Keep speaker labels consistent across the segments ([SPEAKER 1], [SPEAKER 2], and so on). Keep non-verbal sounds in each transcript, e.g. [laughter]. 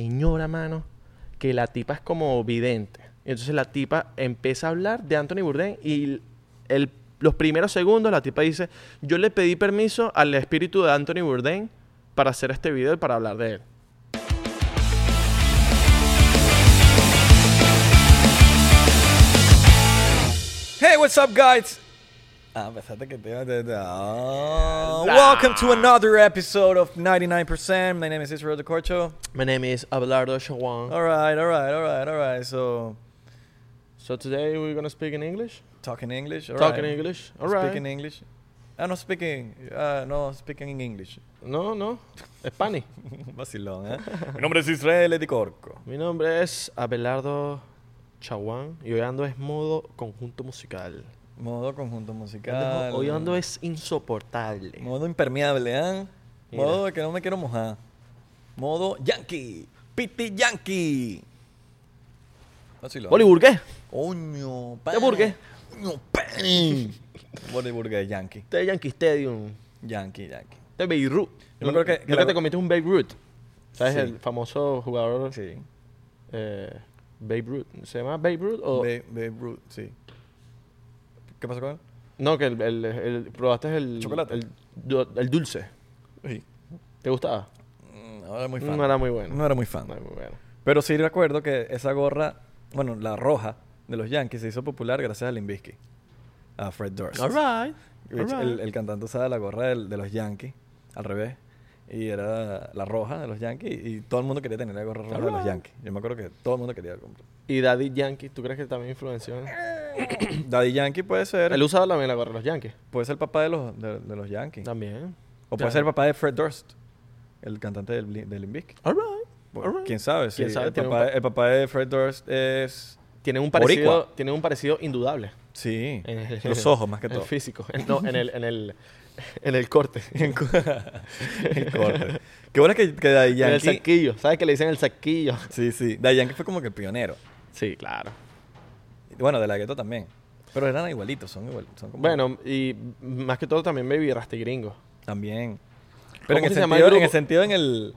[SPEAKER 1] señora, mano, que la tipa es como vidente. Y entonces la tipa empieza a hablar de Anthony Bourdain y el- los primeros segundos la tipa dice, yo le pedí permiso al espíritu de Anthony Bourdain para hacer este video y para hablar de él.
[SPEAKER 2] Hey, what's up, guys? Ah, pensaste que te iba a- te- te- ah. Welcome to another episode of 99%. My name is Israel DeCorcho.
[SPEAKER 1] My name is Abelardo Shawan.
[SPEAKER 2] All right, all right, all right, all right. So,
[SPEAKER 1] So today we're gonna speak in English.
[SPEAKER 2] talking English. all
[SPEAKER 1] Talking
[SPEAKER 2] right.
[SPEAKER 1] English. All right.
[SPEAKER 2] Speaking English. Ah, no, speaking. Ah, no, speaking in English. [laughs]
[SPEAKER 1] No, no. Spanish.
[SPEAKER 2] Vacilón,
[SPEAKER 1] [laughs]
[SPEAKER 2] ¿eh? Mi nombre es Israel DeCorcho.
[SPEAKER 1] Mi nombre es Abelardo Chaguán y hoy ando es modo conjunto musical.
[SPEAKER 2] Modo conjunto musical.
[SPEAKER 1] Hoy ando es insoportable.
[SPEAKER 2] Modo impermeable, ¿eh?
[SPEAKER 1] Mira.
[SPEAKER 2] Modo de que no me quiero mojar. Modo yankee. Piti yankee. Vacilón.
[SPEAKER 1] Boliburgués.
[SPEAKER 2] Coño,
[SPEAKER 1] ¿De burgués?
[SPEAKER 2] Coño, pan. [laughs] Body burger yankee.
[SPEAKER 1] De Yankee Stadium.
[SPEAKER 2] Yankee, yankee.
[SPEAKER 1] De Beirut.
[SPEAKER 2] Yo me acuerdo que- que la-
[SPEAKER 1] te comiste un Babe Ruth. ¿Sabes?
[SPEAKER 2] Sí.
[SPEAKER 1] El famoso jugador
[SPEAKER 2] Sí.
[SPEAKER 1] eh, Babe Ruth. ¿Se llama Babe Ruth? O...
[SPEAKER 2] Babe, Babe Ruth, sí. ¿Qué pasó con él?
[SPEAKER 1] No, que el, el- el- probaste el...
[SPEAKER 2] Chocolate.
[SPEAKER 1] El, du- el dulce.
[SPEAKER 2] Sí.
[SPEAKER 1] ¿Te gustaba?
[SPEAKER 2] No era Mm, muy fan.
[SPEAKER 1] No era muy bueno.
[SPEAKER 2] No era muy fan.
[SPEAKER 1] No era muy bueno.
[SPEAKER 2] Pero sí recuerdo que esa gorra, bueno, la roja de los Yankees se hizo popular gracias a Limbisky. A Fred Durst.
[SPEAKER 1] right.
[SPEAKER 2] Which El, el cantante usaba la gorra del- de los Yankees, al revés. Y era la roja de los Yankees. Y todo el mundo quería tener la gorra roja de los
[SPEAKER 1] Alright.
[SPEAKER 2] Yankees. Yo me acuerdo que todo el mundo quería comprar.
[SPEAKER 1] ¿Y Daddy Yankee? ¿Tú crees que también influenció? en-
[SPEAKER 2] [clears throat] Daddy Yankee puede ser.
[SPEAKER 1] Él usaba también la gorra de los Yankees.
[SPEAKER 2] Puede ser el papá de los, de, de los Yankees.
[SPEAKER 1] También.
[SPEAKER 2] O puede ser el papá de Fred Durst, el cantante del, Bli- del Limbic.
[SPEAKER 1] All right.
[SPEAKER 2] Bueno, ¿Quién sabe? Si
[SPEAKER 1] ¿Quién sabe?
[SPEAKER 2] El,
[SPEAKER 1] Tiene un
[SPEAKER 2] papá,
[SPEAKER 1] pa-
[SPEAKER 2] el papá de Fred Durst es...
[SPEAKER 1] Tienen un parecido,
[SPEAKER 2] Boricua.
[SPEAKER 1] tienen un parecido indudable.
[SPEAKER 2] Sí,
[SPEAKER 1] En el-
[SPEAKER 2] los ojos más que
[SPEAKER 1] en
[SPEAKER 2] todo.
[SPEAKER 1] El físico. [laughs] En- no, en el, en el, en el
[SPEAKER 2] [laughs]
[SPEAKER 1] corte.
[SPEAKER 2] el corte. [laughs] Qué bueno que, que Daddy
[SPEAKER 1] En el
[SPEAKER 2] Yankee...
[SPEAKER 1] saquillo. ¿Sabes que le dicen el saquillo? [laughs]
[SPEAKER 2] Sí, sí. Daddy Yankee fue como que el pionero.
[SPEAKER 1] Sí, claro.
[SPEAKER 2] Bueno, de la gueto también. Pero eran igualitos, son igualitos. Son como-
[SPEAKER 1] Bueno, y más que todo también Baby Rasty Gringo.
[SPEAKER 2] También. Pero en
[SPEAKER 1] ¿Cómo
[SPEAKER 2] el,
[SPEAKER 1] se llama el
[SPEAKER 2] sentido, en
[SPEAKER 1] grupo?
[SPEAKER 2] el sentido, en el,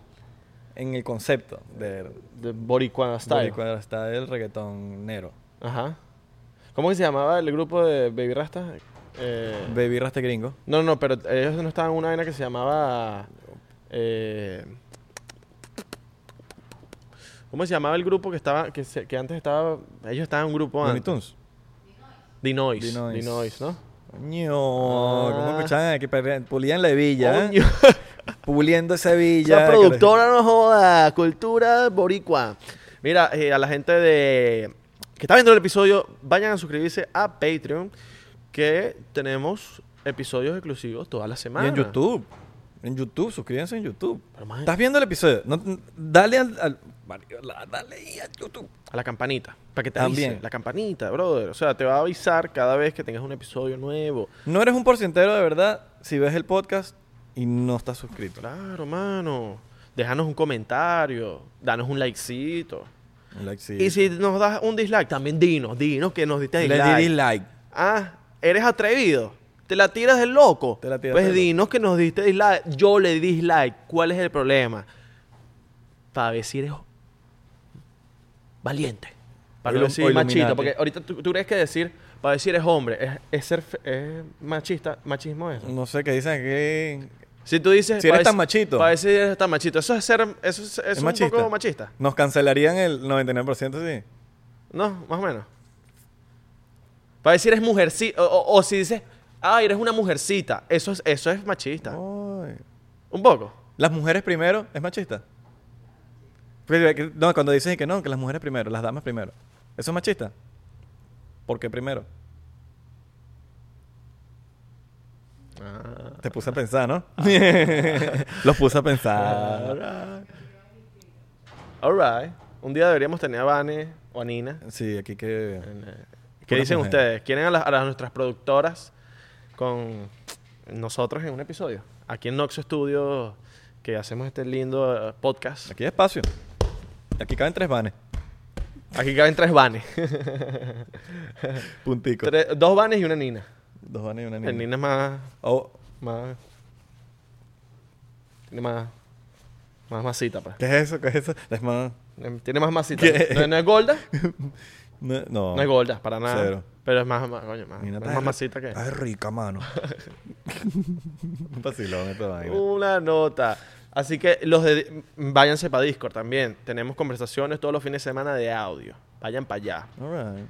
[SPEAKER 2] en el concepto de...
[SPEAKER 1] De Boricua Style.
[SPEAKER 2] Está el reggaetonero.
[SPEAKER 1] Ajá. ¿Cómo que se llamaba el grupo de Baby Rasta? Eh,
[SPEAKER 2] Baby Raste Gringo.
[SPEAKER 1] no, no, pero ellos no estaban en una vaina que se llamaba... eh, ¿Cómo se llamaba el grupo que estaba que, se- que antes estaba... Ellos estaban en un grupo
[SPEAKER 2] Looney
[SPEAKER 1] antes.
[SPEAKER 2] Tunes.
[SPEAKER 1] The Noise.
[SPEAKER 2] The Noise.
[SPEAKER 1] The Noise, ¿no?
[SPEAKER 2] Coño,
[SPEAKER 1] Ah.
[SPEAKER 2] ¿cómo escuchaban aquí? Perre- Pulían la villa, ¿eh?
[SPEAKER 1] Coño.
[SPEAKER 2] [laughs] Puliendo esa villa.
[SPEAKER 1] La productora no joda. Cultura boricua. Mira, eh, a la gente de que está viendo el episodio, vayan a suscribirse a Patreon, que tenemos episodios exclusivos todas las
[SPEAKER 2] Y
[SPEAKER 1] semanas.
[SPEAKER 2] en YouTube. En YouTube, suscríbanse en YouTube.
[SPEAKER 1] Pero, man,
[SPEAKER 2] ¿Estás viendo el episodio? No- dale al... al- Mariola, dale ahí a YouTube.
[SPEAKER 1] A la campanita. Para que te
[SPEAKER 2] También.
[SPEAKER 1] avise. La campanita, brother. O sea, te va a avisar cada vez que tengas un episodio nuevo.
[SPEAKER 2] No eres un porcentero de verdad si ves el podcast y no estás suscrito.
[SPEAKER 1] Claro, mano. Déjanos un comentario. Danos un likecito.
[SPEAKER 2] Un like, sí.
[SPEAKER 1] Y si nos das un dislike, también dinos, dinos que nos diste
[SPEAKER 2] Le
[SPEAKER 1] dislike.
[SPEAKER 2] di dislike.
[SPEAKER 1] Ah, eres atrevido. Te la tiras del loco.
[SPEAKER 2] Te la tiras
[SPEAKER 1] pues
[SPEAKER 2] del
[SPEAKER 1] dinos que nos diste dislike. Yo le di dislike. ¿Cuál es el problema? Para ver si eres valiente. Para no
[SPEAKER 2] O ilu- o
[SPEAKER 1] decir
[SPEAKER 2] iluminati.
[SPEAKER 1] machista. Porque ahorita tú, tú crees que decir, para decir eres hombre, es, es ser fe- es machista, machismo es. eso?
[SPEAKER 2] No sé qué dicen aquí.
[SPEAKER 1] Si tú dices.
[SPEAKER 2] Mm. Si eres
[SPEAKER 1] pa'
[SPEAKER 2] tan
[SPEAKER 1] dec-
[SPEAKER 2] machito.
[SPEAKER 1] Para decir eres tan machito. Eso es ser. Eso es, eso es un
[SPEAKER 2] machista?
[SPEAKER 1] poco machista.
[SPEAKER 2] Nos cancelarían el 99%, sí.
[SPEAKER 1] No, más o menos. Para decir eres mujercita. O, o- o si dices, ah, eres una mujercita. Eso es, eso es machista.
[SPEAKER 2] Ay.
[SPEAKER 1] Un poco.
[SPEAKER 2] Las mujeres primero es machista. Porque- que- No, cuando dicen que no, que las mujeres primero, las damas primero. ¿Eso es machista? ¿Por qué primero?
[SPEAKER 1] Ah.
[SPEAKER 2] Te puse a pensar, ¿no? [laughs] Los puse a pensar.
[SPEAKER 1] Alright. Un día deberíamos tener a Vane o a Nina.
[SPEAKER 2] Sí, aquí que...
[SPEAKER 1] en, eh, ¿Qué
[SPEAKER 2] Puras
[SPEAKER 1] dicen
[SPEAKER 2] mujeres.
[SPEAKER 1] ustedes? ¿Quieren a, las- a las nuestras productoras con nosotros en un episodio? Aquí en Noxo Studio, que hacemos este lindo eh, podcast.
[SPEAKER 2] Aquí hay espacio. Aquí caben tres vanes.
[SPEAKER 1] Aquí caben tres vanes.
[SPEAKER 2] Puntico.
[SPEAKER 1] Tres- dos vanes y una Nina.
[SPEAKER 2] Dos vanes y una
[SPEAKER 1] El
[SPEAKER 2] niña.
[SPEAKER 1] Nina es más
[SPEAKER 2] Oh,
[SPEAKER 1] Más. Tiene más. Más masita, pues.
[SPEAKER 2] ¿Qué es eso? ¿Qué es eso? Es más.
[SPEAKER 1] Em, Tiene más masita.
[SPEAKER 2] ¿Qué?
[SPEAKER 1] No, no es gorda.
[SPEAKER 2] No. no.
[SPEAKER 1] No es gorda, para nada.
[SPEAKER 2] Cero.
[SPEAKER 1] Pero es más, más, coño, más,
[SPEAKER 2] Mira,
[SPEAKER 1] es
[SPEAKER 2] estás
[SPEAKER 1] más
[SPEAKER 2] ri-
[SPEAKER 1] masita que...
[SPEAKER 2] estás rica,
[SPEAKER 1] [laughs]
[SPEAKER 2] mano. Un vacilón esta vaina.
[SPEAKER 1] Una nota. Así que los de, váyanse para Discord también. Tenemos conversaciones todos los fines de semana de audio. Vayan para allá.
[SPEAKER 2] All right.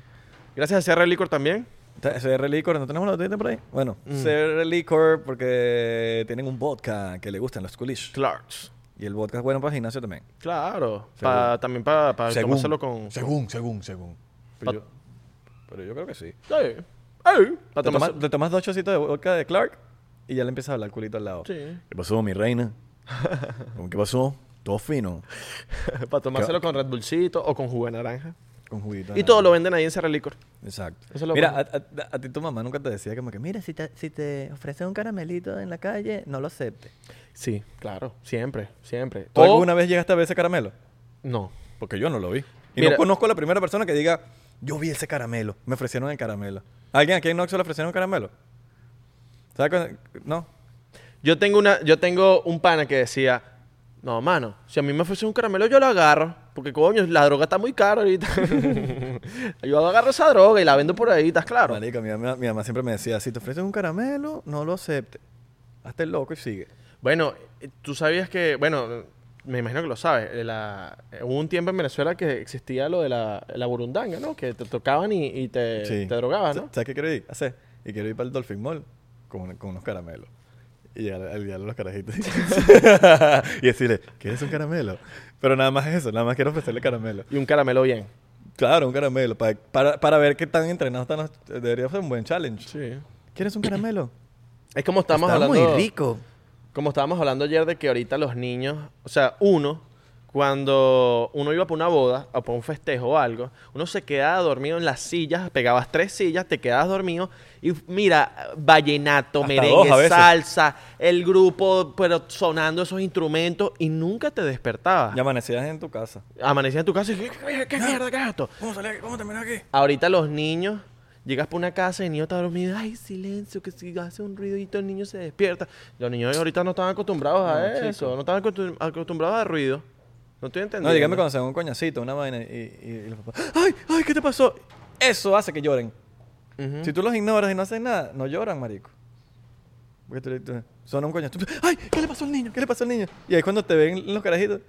[SPEAKER 1] Gracias a CR Licor también.
[SPEAKER 2] Ta- CR Licor, ¿no tenemos la botellita por ahí? Bueno,
[SPEAKER 1] Mm.
[SPEAKER 2] CR Licor porque tienen un vodka que le gustan los coolish.
[SPEAKER 1] Clarks.
[SPEAKER 2] Y el vodka es bueno para gimnasio también.
[SPEAKER 1] Claro. Pa- también para tomárselo con...
[SPEAKER 2] según, según, según. Pero,
[SPEAKER 1] Pa-
[SPEAKER 2] yo, pero yo creo que sí.
[SPEAKER 1] Ey, ey, pa'
[SPEAKER 2] Te tomas,
[SPEAKER 1] tomárselo-
[SPEAKER 2] te tomas dos chocitos de vodka de Clark y ya le empiezas a hablar culito al lado.
[SPEAKER 1] Sí. [laughs]
[SPEAKER 2] ¿Qué pasó, mi reina? ¿Cómo, ¿Qué pasó? Todo
[SPEAKER 1] [laughs]
[SPEAKER 2] fino.
[SPEAKER 1] Para tomárselo con Red Bullcito o con jugo de naranja.
[SPEAKER 2] Con juguito. de
[SPEAKER 1] Y todo
[SPEAKER 2] naranja.
[SPEAKER 1] lo venden ahí en Serra Licor.
[SPEAKER 2] Exacto.
[SPEAKER 1] Eso es lo
[SPEAKER 2] Mira, a,
[SPEAKER 1] bueno.
[SPEAKER 2] a- a ti tu mamá nunca te decía como que, mira, si te, si te ofrecen un caramelito en la calle, no lo aceptes.
[SPEAKER 1] Sí, claro. Siempre, siempre.
[SPEAKER 2] ¿Tú
[SPEAKER 1] O-
[SPEAKER 2] alguna vez llegaste a ver ese caramelo?
[SPEAKER 1] No.
[SPEAKER 2] Porque yo no lo vi. Y no
[SPEAKER 1] Mira.
[SPEAKER 2] conozco a la primera persona que diga, yo vi ese caramelo, me ofrecieron el caramelo. ¿Alguien aquí en Noxo le ofrecieron un caramelo? ¿Sabes? cuándo? No.
[SPEAKER 1] Yo tengo una, yo tengo un pana que decía, no, mano, si a mí me ofrecen un caramelo, yo lo agarro. Porque, coño, la droga está muy cara [laughs] ahorita. yo agarro esa droga y la vendo por ahí, ¿estás claro?
[SPEAKER 2] Marico, mi mamá, mi mamá siempre me decía, si te ofrecen un caramelo, no lo aceptes. Hazte el loco y sigue.
[SPEAKER 1] Bueno, eh, tú sabías que, bueno, me imagino que lo sabes, eh, la- eh, hubo un tiempo en Venezuela que existía lo de la, la burundanga, ¿no? Que te tocaban y, y te,
[SPEAKER 2] Sí.
[SPEAKER 1] te drogaban, ¿no?
[SPEAKER 2] Sa- ¿Sabes qué quiero ir? Hacer. Y quiero ir para el Dolphin Mall con, con unos caramelos. Y llegar al diablo los carajitos. [laughs] y decirle, ¿quieres un caramelo? Pero nada más eso, nada más quiero ofrecerle caramelo.
[SPEAKER 1] Y un caramelo bien.
[SPEAKER 2] Claro, un caramelo. pa- para, para ver qué tan entrenados están. los- Debería ser un buen challenge.
[SPEAKER 1] Sí.
[SPEAKER 2] ¿Quieres
[SPEAKER 1] [clears throat]
[SPEAKER 2] un caramelo?
[SPEAKER 1] Es como estábamos
[SPEAKER 2] Está
[SPEAKER 1] hablando.
[SPEAKER 2] muy rico.
[SPEAKER 1] Como estábamos hablando ayer de que ahorita los niños, o sea, uno, cuando uno iba para una boda o para un festejo o algo, uno se quedaba dormido en las sillas, pegabas tres sillas, te quedabas dormido y mira, vallenato,
[SPEAKER 2] Hasta dos a
[SPEAKER 1] merengue,
[SPEAKER 2] veces.
[SPEAKER 1] salsa, el grupo, pero sonando esos instrumentos y nunca te despertabas.
[SPEAKER 2] Y amanecías en tu casa.
[SPEAKER 1] Amanecías en tu casa y ¿qué, qué, qué mierda, qué es esto?
[SPEAKER 2] ¿Cómo salir aquí? ¿Cómo terminar aquí?
[SPEAKER 1] Ahorita los niños, llegas por una casa y el niño está dormido, ay, silencio, que si hace un ruidito el niño se despierta. Los niños ahorita no están acostumbrados a
[SPEAKER 2] No,
[SPEAKER 1] eso, no están acostum- acostumbrados a ruido. No estoy entendiendo.
[SPEAKER 2] No, dígame cuando se dan un coñacito, una vaina. Y, y, y los papás, ¡ay, ay, qué te pasó! Eso hace que lloren.
[SPEAKER 1] Ujú.
[SPEAKER 2] Si tú los ignoras y no haces nada, no lloran, marico. Porque tú, tú- suena un coño. tú- ¡Ay! ¿Qué le pasó al niño? ¿Qué le pasó al niño? Y ahí cuando te ven los carajitos.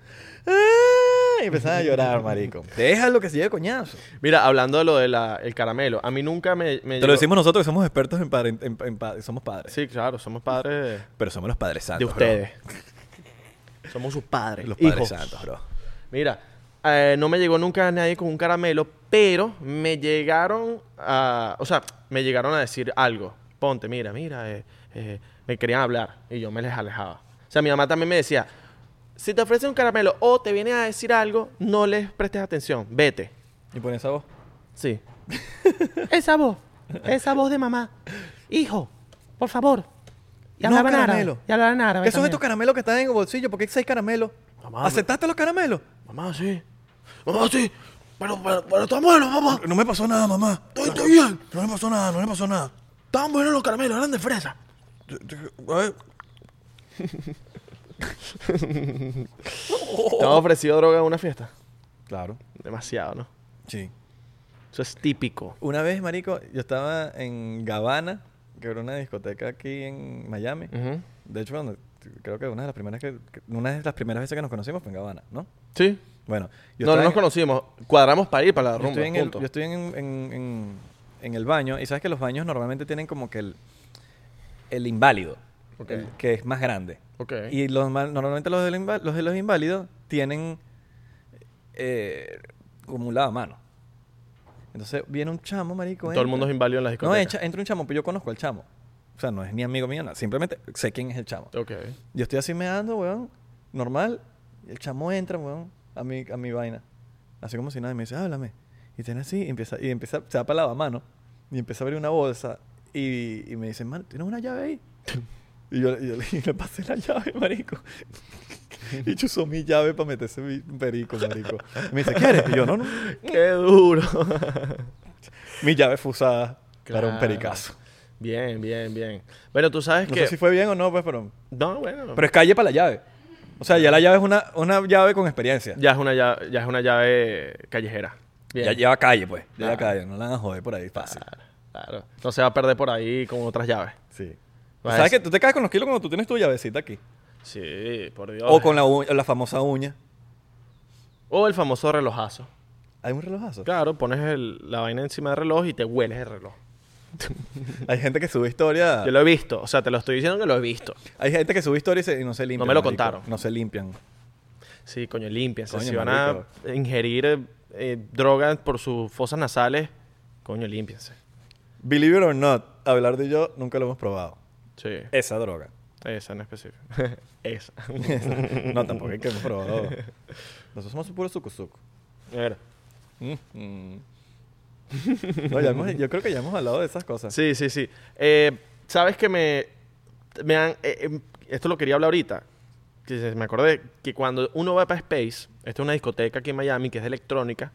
[SPEAKER 2] ¡ay! Empezaban a llorar, [laughs] marico. Déjalo que se lleve coñazo.
[SPEAKER 1] Mira, hablando de lo del caramelo, a mí nunca me... me
[SPEAKER 2] Te
[SPEAKER 1] llegó-
[SPEAKER 2] lo decimos nosotros que somos expertos en padres. somos padres.
[SPEAKER 1] Sí, claro, somos padres
[SPEAKER 2] Pero somos los padres
[SPEAKER 1] de,
[SPEAKER 2] santos.
[SPEAKER 1] de
[SPEAKER 2] bro.
[SPEAKER 1] ustedes. somos sus padres.
[SPEAKER 2] Ah, Los padres
[SPEAKER 1] hijos.
[SPEAKER 2] santos, bro.
[SPEAKER 1] Mira, eh, no me llegó nunca nadie con un caramelo, pero me llegaron a. O sea, me llegaron a decir algo. Ponte, mira, mira, eh, eh, me querían hablar y yo me les alejaba. O sea, mi mamá también me decía: si te ofrecen un caramelo o te vienen a decir algo, no les prestes atención, vete.
[SPEAKER 2] Y pon esa voz.
[SPEAKER 1] Sí. esa voz, esa voz de mamá. Hijo, por favor.
[SPEAKER 2] No hablaban árabe, caramelo. y
[SPEAKER 1] hablaban
[SPEAKER 2] ¿Qué son estos caramelos que están en el bolsillo? ¿Por qué hay seis caramelos?
[SPEAKER 1] Mamá,
[SPEAKER 2] ¿Aceptaste los caramelos?
[SPEAKER 1] Mamá, sí. Mamá, sí. Pero, pero, pero están buenos, mamá.
[SPEAKER 2] No me pasó nada, mamá.
[SPEAKER 1] Estoy, estoy bien.
[SPEAKER 2] No me pasó nada, no me pasó nada.
[SPEAKER 1] Estaban buenos los caramelos, eran de fresa.
[SPEAKER 2] Oh.
[SPEAKER 1] ¿Te han ofrecido droga en una fiesta?
[SPEAKER 2] Claro,
[SPEAKER 1] Demasiado, ¿no?
[SPEAKER 2] sí.
[SPEAKER 1] Eso es típico.
[SPEAKER 2] Una vez, marico, yo estaba en Gavana, que era una discoteca aquí en Miami. De hecho, cuando- creo que una de las primeras que, que- una de las primeras veces que nos conocimos fue en Gavana, ¿no?
[SPEAKER 1] Sí.
[SPEAKER 2] Bueno, yo
[SPEAKER 1] no,
[SPEAKER 2] estaba
[SPEAKER 1] no nos
[SPEAKER 2] en-
[SPEAKER 1] conocimos. Cuadramos para ir para la
[SPEAKER 2] yo
[SPEAKER 1] rumba.
[SPEAKER 2] estoy en el,
[SPEAKER 1] punto.
[SPEAKER 2] yo estoy en, en- en- en el baño y sabes que los baños normalmente tienen como que el, el inválido,
[SPEAKER 1] Ok.
[SPEAKER 2] el que es más grande.
[SPEAKER 1] Ok.
[SPEAKER 2] Y los ma- normalmente los, del inva- los de los inválidos tienen eh, como un lavamano. Entonces viene un chamo, marico.
[SPEAKER 1] Todo el mundo es
[SPEAKER 2] entra.
[SPEAKER 1] inválido en las
[SPEAKER 2] No,
[SPEAKER 1] discotecas.
[SPEAKER 2] entra, entra un chamo, pero yo conozco al chamo. O sea, no es ni amigo mío, nada. Simplemente sé quién es el chamo.
[SPEAKER 1] Ok.
[SPEAKER 2] Yo estoy así meando, weón, normal. Y el chamo entra, weón, a mi, a mi vaina. Así como si nada, y me dice, háblame. Y tiene así, y empieza, y empieza, se da para la mano. Y empieza a abrir una bolsa. Y, y me dice, man, ¿tienes una llave ahí? Y yo, y yo le- [laughs] y le pasé la llave, marico. [laughs] Y chuzó mi llave para meterse mi perico, marico. Y me dice, ¿quieres? Y yo, no, no.
[SPEAKER 1] Qué
[SPEAKER 2] [laughs]
[SPEAKER 1] duro.
[SPEAKER 2] Mi llave fue usada para un
[SPEAKER 1] Claro.
[SPEAKER 2] pericazo.
[SPEAKER 1] bien, bien, bien. Bueno, tú sabes
[SPEAKER 2] No
[SPEAKER 1] que.
[SPEAKER 2] sé si fue bien o no, pues, pero...
[SPEAKER 1] No, bueno.
[SPEAKER 2] Pero es calle para la llave. O sea, ya la llave es una, una llave con experiencia.
[SPEAKER 1] Ya es una llave, ya es una llave callejera. Bien.
[SPEAKER 2] Ya lleva calle, pues. Ya lleva
[SPEAKER 1] Claro.
[SPEAKER 2] calle. No la van a joder por ahí fácil.
[SPEAKER 1] Claro, claro. No se va a perder por ahí con otras llaves.
[SPEAKER 2] Sí.
[SPEAKER 1] Vas a
[SPEAKER 2] ¿Sabes que
[SPEAKER 1] decir-
[SPEAKER 2] tú te caes con los kilos cuando tú tienes tu llavecita aquí?
[SPEAKER 1] Sí, por Dios.
[SPEAKER 2] O con la, u- la famosa uña.
[SPEAKER 1] O el famoso relojazo.
[SPEAKER 2] Hay un relojazo.
[SPEAKER 1] Claro, pones el- la vaina encima del reloj y te hueles el reloj.
[SPEAKER 2] Hay gente que sube historia.
[SPEAKER 1] Yo lo he visto. O sea, te lo estoy diciendo que lo he visto.
[SPEAKER 2] Hay gente que sube historia y, se- y no se limpian.
[SPEAKER 1] me lo
[SPEAKER 2] marico.
[SPEAKER 1] contaron.
[SPEAKER 2] No se limpian.
[SPEAKER 1] Sí, coño, límpiense.
[SPEAKER 2] Coño,
[SPEAKER 1] si van a
[SPEAKER 2] marico.
[SPEAKER 1] ingerir eh, eh, drogas por sus fosas nasales, coño, límpiense.
[SPEAKER 2] Believe it or not, hablar de yo nunca lo hemos probado.
[SPEAKER 1] Sí.
[SPEAKER 2] Esa droga. [laughs]
[SPEAKER 1] Esa en específico. [laughs] Esa.
[SPEAKER 2] no, tampoco hay que
[SPEAKER 1] [laughs]
[SPEAKER 2] hemos probado. Nosotros somos puro sucuzuco.
[SPEAKER 1] A ver.
[SPEAKER 2] No, ya hemos- yo creo que ya hemos hablado de esas cosas.
[SPEAKER 1] Sí, sí, sí. Eh, Sabes que me, me han. eh, em, esto lo quería hablar ahorita. Que se- me acordé que cuando uno va para Space, esta es una discoteca aquí en Miami que es de electrónica.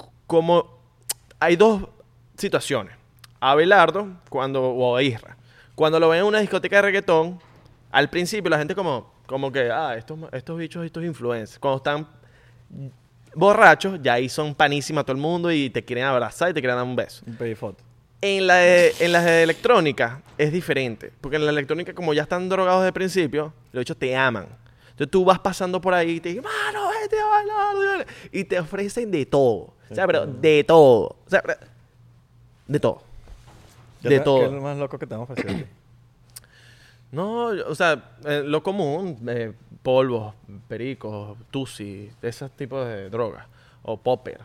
[SPEAKER 1] c- Como hay dos situaciones: a Abelardo cuando, o a Isra. Cuando lo ven en una discoteca de reggaetón, al principio la gente como, como que, ah, estos, estos bichos, estos influencers. Cuando están borrachos, ya ahí son panísima todo el mundo y te quieren abrazar y te quieren dar un beso.
[SPEAKER 2] Un pedí foto.
[SPEAKER 1] En, la de- en las de electrónica es diferente. Porque en la electrónica, como ya están drogados desde el principio, los hechos te aman. Entonces tú vas pasando por ahí y te dicen, mano, vete a bailar. dale". Y te ofrecen de todo. O sea, pero de todo. O sea, pero- de todo.
[SPEAKER 2] Ya
[SPEAKER 1] De
[SPEAKER 2] te-
[SPEAKER 1] todo.
[SPEAKER 2] ¿Qué es lo más loco que te hemos ofrecido? aquí?
[SPEAKER 1] No, o sea, eh, lo común, eh, polvos, pericos, tusi, esos tipos de drogas. O popper.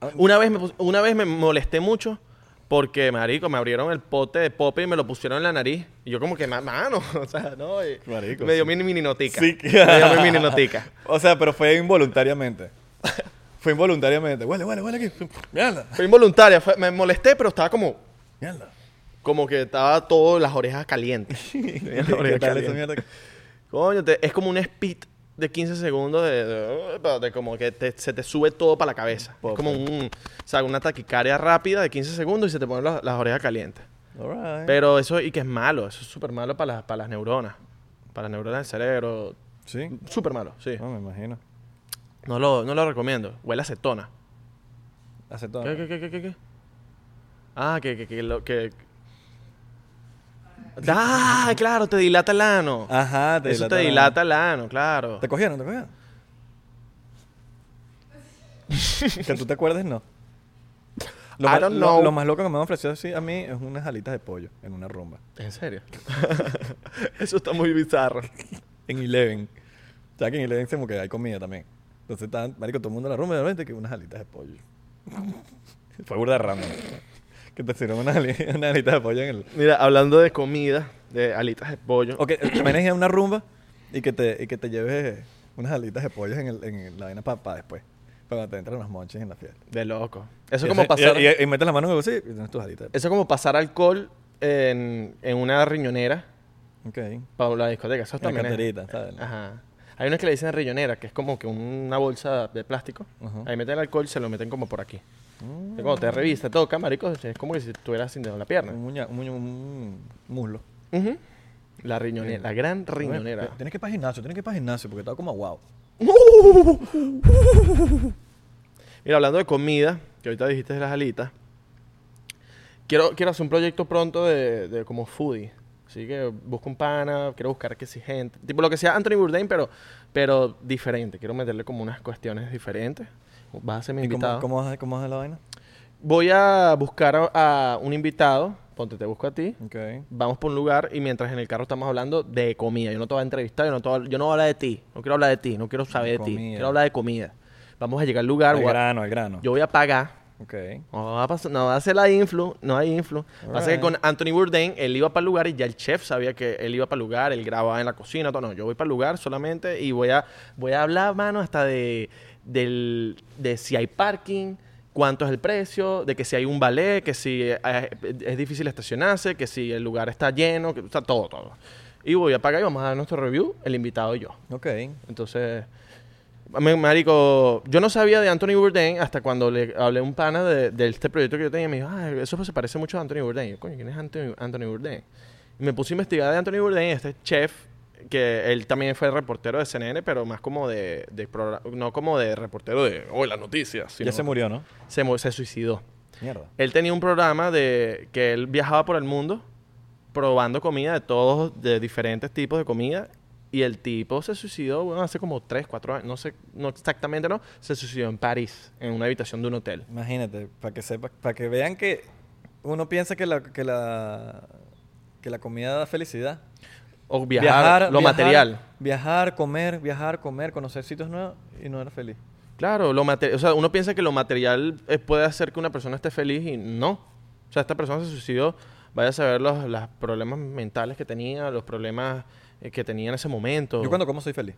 [SPEAKER 2] Ah,
[SPEAKER 1] Una vez, me pus- una vez me molesté mucho porque, marico, me abrieron el pote de popper y me lo pusieron en la nariz. Y yo como que, ma- mano, [laughs] o sea, no. y
[SPEAKER 2] Marico,
[SPEAKER 1] me dio
[SPEAKER 2] sí.
[SPEAKER 1] mi mini notica. [laughs]
[SPEAKER 2] Sí.
[SPEAKER 1] Me dio mi mini notica.
[SPEAKER 2] [laughs] O sea, pero fue involuntariamente. [laughs] Fue involuntariamente. Huele, huele, huele aquí. Mierda.
[SPEAKER 1] Fue involuntaria. fue- me molesté, pero estaba como...
[SPEAKER 2] Mierda.
[SPEAKER 1] Como que estaba todo las orejas calientes.
[SPEAKER 2] [laughs]
[SPEAKER 1] Tenía
[SPEAKER 2] ¿Qué,
[SPEAKER 1] las
[SPEAKER 2] qué
[SPEAKER 1] orejas
[SPEAKER 2] tal esa
[SPEAKER 1] calientes.
[SPEAKER 2] mierda?
[SPEAKER 1] Coño, te- es como un speed de 15 segundos de, de- de- de como que te- se te sube todo para la cabeza.
[SPEAKER 2] Pop.
[SPEAKER 1] Es como un, o sea, una taquicardia rápida de 15 segundos y se te ponen las, las orejas calientes.
[SPEAKER 2] All right.
[SPEAKER 1] Pero eso, y que es malo, eso es súper malo para las, para las neuronas. Para las neuronas del cerebro.
[SPEAKER 2] Sí.
[SPEAKER 1] Súper malo, sí.
[SPEAKER 2] No, me imagino.
[SPEAKER 1] No lo, no lo recomiendo. Huele a acetona.
[SPEAKER 2] Hace todo.
[SPEAKER 1] ¿Qué, qué, qué, qué, qué, qué? Ah, que, que, que, lo, [laughs] que... ¡Ah, claro! Te dilata el ano.
[SPEAKER 2] Ajá,
[SPEAKER 1] eso te
[SPEAKER 2] la-
[SPEAKER 1] dilata el ano, claro.
[SPEAKER 2] ¿Te cogieron? ¿Te
[SPEAKER 1] [laughs]
[SPEAKER 2] cogieron? que tú te acuerdes, no. Lo,
[SPEAKER 1] I
[SPEAKER 2] más-
[SPEAKER 1] don't
[SPEAKER 2] lo-
[SPEAKER 1] know.
[SPEAKER 2] lo más loco que me han ofrecido así a mí es unas alitas de pollo en una rumba.
[SPEAKER 1] ¿En serio? [laughs] Eso está muy bizarro.
[SPEAKER 2] En Eleven. Ya que en Eleven como que hay comida también. Entonces estaban, marico, todo el mundo en la rumba y de repente que unas alitas de pollo. [laughs] Fue burda random. que te sirven unas, ali- [laughs] unas alitas de pollo en el... eh,
[SPEAKER 1] Mira, hablando de comida, de alitas de pollo.
[SPEAKER 2] O que te vienes a una rumba y que te, y que te lleves eh, unas alitas de pollo en, el, en la vaina para después. Para cuando te entran los monches en la fiesta.
[SPEAKER 1] De loco. Eso
[SPEAKER 2] Y
[SPEAKER 1] es como
[SPEAKER 2] hace-
[SPEAKER 1] pasar,
[SPEAKER 2] Y, y- y metes la mano en el bolsillo y tienes tus alitas.
[SPEAKER 1] eso es como pasar alcohol en, en una riñonera
[SPEAKER 2] Ok.
[SPEAKER 1] para la discoteca. Eso
[SPEAKER 2] Una
[SPEAKER 1] también es-
[SPEAKER 2] carterita, ¿sabes?
[SPEAKER 1] Ajá. Hay unas que le dicen riñonera, que es como que una bolsa de plástico.
[SPEAKER 2] Ujú.
[SPEAKER 1] Ahí meten el alcohol y se lo meten como por aquí.
[SPEAKER 2] Mm.
[SPEAKER 1] Y Cuando te revista, toca, marico, es como que si estuvieras sin dedo en la pierna.
[SPEAKER 2] Un, muña- un muño- un muslo.
[SPEAKER 1] Ujú. La riñonera, la gran riñonera.
[SPEAKER 2] Tienes que ir para gimnasio, tienes que ir para gimnasio porque estaba como guau.
[SPEAKER 1] [laughs] Mira, hablando de comida, que ahorita dijiste de las alitas, quiero, quiero hacer un proyecto pronto de, de como foodie. Así que busco un pana, quiero buscar que si gente, tipo lo que sea Anthony Bourdain, pero, pero diferente. Quiero meterle como unas cuestiones diferentes. Vas a ser mi
[SPEAKER 2] ¿Y cómo,
[SPEAKER 1] invitado.
[SPEAKER 2] cómo, vas a- cómo vas a la vaina?
[SPEAKER 1] Voy a buscar a, a un invitado, ponte, te busco a ti.
[SPEAKER 2] Ok.
[SPEAKER 1] Vamos por un lugar y mientras en el carro estamos hablando de comida. Yo no te voy a entrevistar, yo no, te voy a- yo no voy a hablar de ti. No quiero hablar de ti, no quiero saber de ti.
[SPEAKER 2] Comida.
[SPEAKER 1] Quiero hablar de comida. Vamos a llegar al lugar,
[SPEAKER 2] el
[SPEAKER 1] voy a-
[SPEAKER 2] grano, el grano.
[SPEAKER 1] yo voy a pagar.
[SPEAKER 2] Ok.
[SPEAKER 1] No va a, pasar- no va a hacer la influ, no hay influ. Pasa que
[SPEAKER 2] Alright.
[SPEAKER 1] con Anthony Bourdain, él iba para el lugar y ya el chef sabía que él iba para el lugar, él grababa en la cocina, todo. No, yo voy para el lugar solamente y voy a, voy a hablar, mano, hasta de, del, de si hay parking, cuánto es el precio, de que si hay un ballet, que si eh, es difícil estacionarse, que si el lugar está lleno, que, o sea, todo, todo. Y voy a pagar y vamos a dar nuestro review, el invitado y yo.
[SPEAKER 2] Ok.
[SPEAKER 1] Entonces, me- marico, yo no sabía de Anthony Bourdain hasta cuando le hablé a un pana de, de este proyecto que yo tenía. y Me dijo, ah, eso se parece mucho a Anthony Bourdain. Y Yo, coño, ¿quién es Anthony, Anthony Bourdain? Y me puse a investigar de Anthony Bourdain, este chef que él también fue reportero de CNN, pero más como de, de progra- no como de reportero de hoy las noticias.
[SPEAKER 2] ya
[SPEAKER 1] sino-
[SPEAKER 2] se murió, ¿no?
[SPEAKER 1] se mu- se suicidó.
[SPEAKER 2] Mierda.
[SPEAKER 1] Él tenía un programa de que él viajaba por el mundo probando comida de todos, de diferentes tipos de comida. Y el tipo se suicidó, bueno, hace como 3, 4 años, no sé, no exactamente, ¿no? Se suicidó en París, en una habitación de un hotel.
[SPEAKER 2] Imagínate, para que sepa, para que vean que uno piensa que la, que la, que la comida da felicidad.
[SPEAKER 1] O viajar, lo
[SPEAKER 2] viajar,
[SPEAKER 1] material.
[SPEAKER 2] Viajar, comer, viajar, comer, conocer sitios nuevos y no era feliz.
[SPEAKER 1] Claro, lo material. O sea, uno piensa que lo material eh, puede hacer que una persona esté feliz y no. O sea, esta persona se suicidó. Vaya a saber los, los problemas mentales que tenía, los problemas eh, que tenía en ese momento.
[SPEAKER 2] Yo cuando como soy feliz.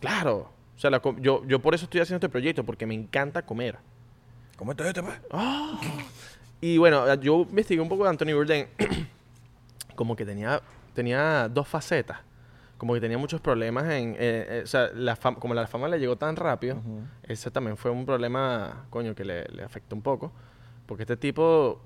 [SPEAKER 1] Claro. O sea, la com- yo, yo por eso estoy haciendo este proyecto, porque me encanta comer.
[SPEAKER 2] ¿Cómo esto este, pues?
[SPEAKER 1] Y bueno, eh, yo investigué un poco de Anthony Bourdain. [clears throat] Como que tenía, tenía dos facetas. Como que tenía muchos problemas en... eh, eh, o sea, la fam- como la fama le llegó tan rápido,
[SPEAKER 2] Ujú.
[SPEAKER 1] ese también fue un problema, coño, que le, le afectó un poco. Porque este tipo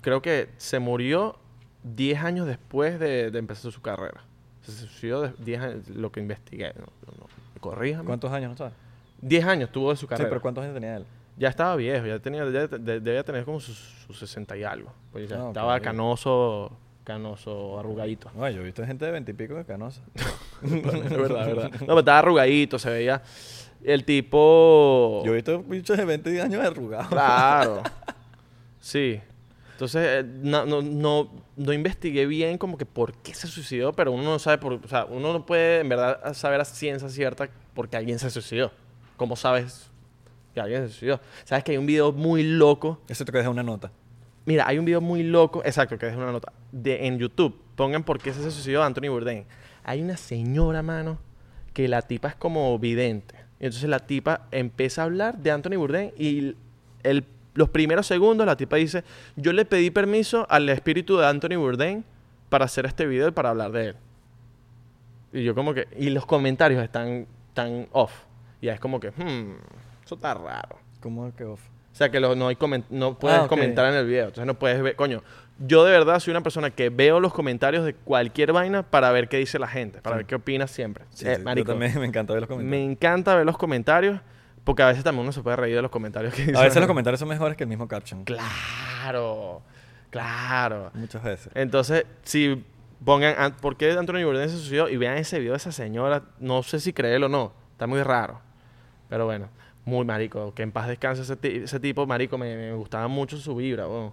[SPEAKER 1] creo que se murió 10 años después de, de empezar su carrera. Se suicidó de- 10 años, lo que investigué. No, no, no, corríjame.
[SPEAKER 2] ¿Cuántos años, no sabes?
[SPEAKER 1] 10 años tuvo de su
[SPEAKER 2] Sí,
[SPEAKER 1] carrera.
[SPEAKER 2] pero ¿cuántos años tenía él?
[SPEAKER 1] Ya estaba viejo, ya tenía, ya te- de- debía tener como sus sus 60 y algo. Pues ya
[SPEAKER 2] Ah, ok,
[SPEAKER 1] estaba
[SPEAKER 2] ok.
[SPEAKER 1] canoso, canoso, arrugadito.
[SPEAKER 2] No, yo he visto gente de veintipico de [laughs] canosa.
[SPEAKER 1] [laughs] es verdad, es verdad. No, pero estaba arrugadito, se veía. El tipo.
[SPEAKER 2] Yo he visto bichos de 20 años
[SPEAKER 1] [laughs]
[SPEAKER 2] arrugados.
[SPEAKER 1] Claro. Sí. Entonces, eh, no, no, no, no investigué bien como que por qué se suicidó, pero uno no sabe por... O sea, uno no puede en verdad saber a ciencia cierta por qué alguien se suicidó. ¿Cómo sabes que alguien se suicidó? Sabes que hay un video muy loco.
[SPEAKER 2] Eso te deja una nota.
[SPEAKER 1] Mira, hay un video muy loco. Exacto, que es una nota. De, en YouTube. Pongan por qué se suicidó Anthony Bourdain. Hay una señora, mano, que la tipa es como vidente. Y entonces la tipa empieza a hablar de Anthony Bourdain y el- el- los primeros segundos la tipa dice, yo le pedí permiso al espíritu de Anthony Bourdain para hacer este video y para hablar de él. Y yo como que... Y los comentarios están tan off. Y es como que, hmm, eso está raro.
[SPEAKER 2] ¿Cómo que off?
[SPEAKER 1] O sea, que lo- no, hay comen- no puedes
[SPEAKER 2] Ah, ok.
[SPEAKER 1] comentar en el video. Entonces no puedes ver. Coño, yo de verdad soy una persona que veo los comentarios de cualquier vaina para ver qué dice la gente, para
[SPEAKER 2] Sí.
[SPEAKER 1] ver qué opina siempre.
[SPEAKER 2] Sí,
[SPEAKER 1] Eh,
[SPEAKER 2] sí,
[SPEAKER 1] marico,
[SPEAKER 2] Yo también [laughs] me encanta ver los
[SPEAKER 1] me
[SPEAKER 2] comentarios.
[SPEAKER 1] encanta ver los comentarios porque a veces también uno se puede reír de los comentarios que dicen.
[SPEAKER 2] A veces los comentarios son mejores que el mismo caption.
[SPEAKER 1] Claro, claro.
[SPEAKER 2] Muchas veces.
[SPEAKER 1] Entonces, si pongan an- por qué Anthony Bourdain se suicidó y vean ese video de esa señora, no sé si creerlo o no, está muy raro. Pero bueno, muy marico, que en paz descanse ese, ti- ese tipo, marico, me, me gustaba mucho su vibra, weón.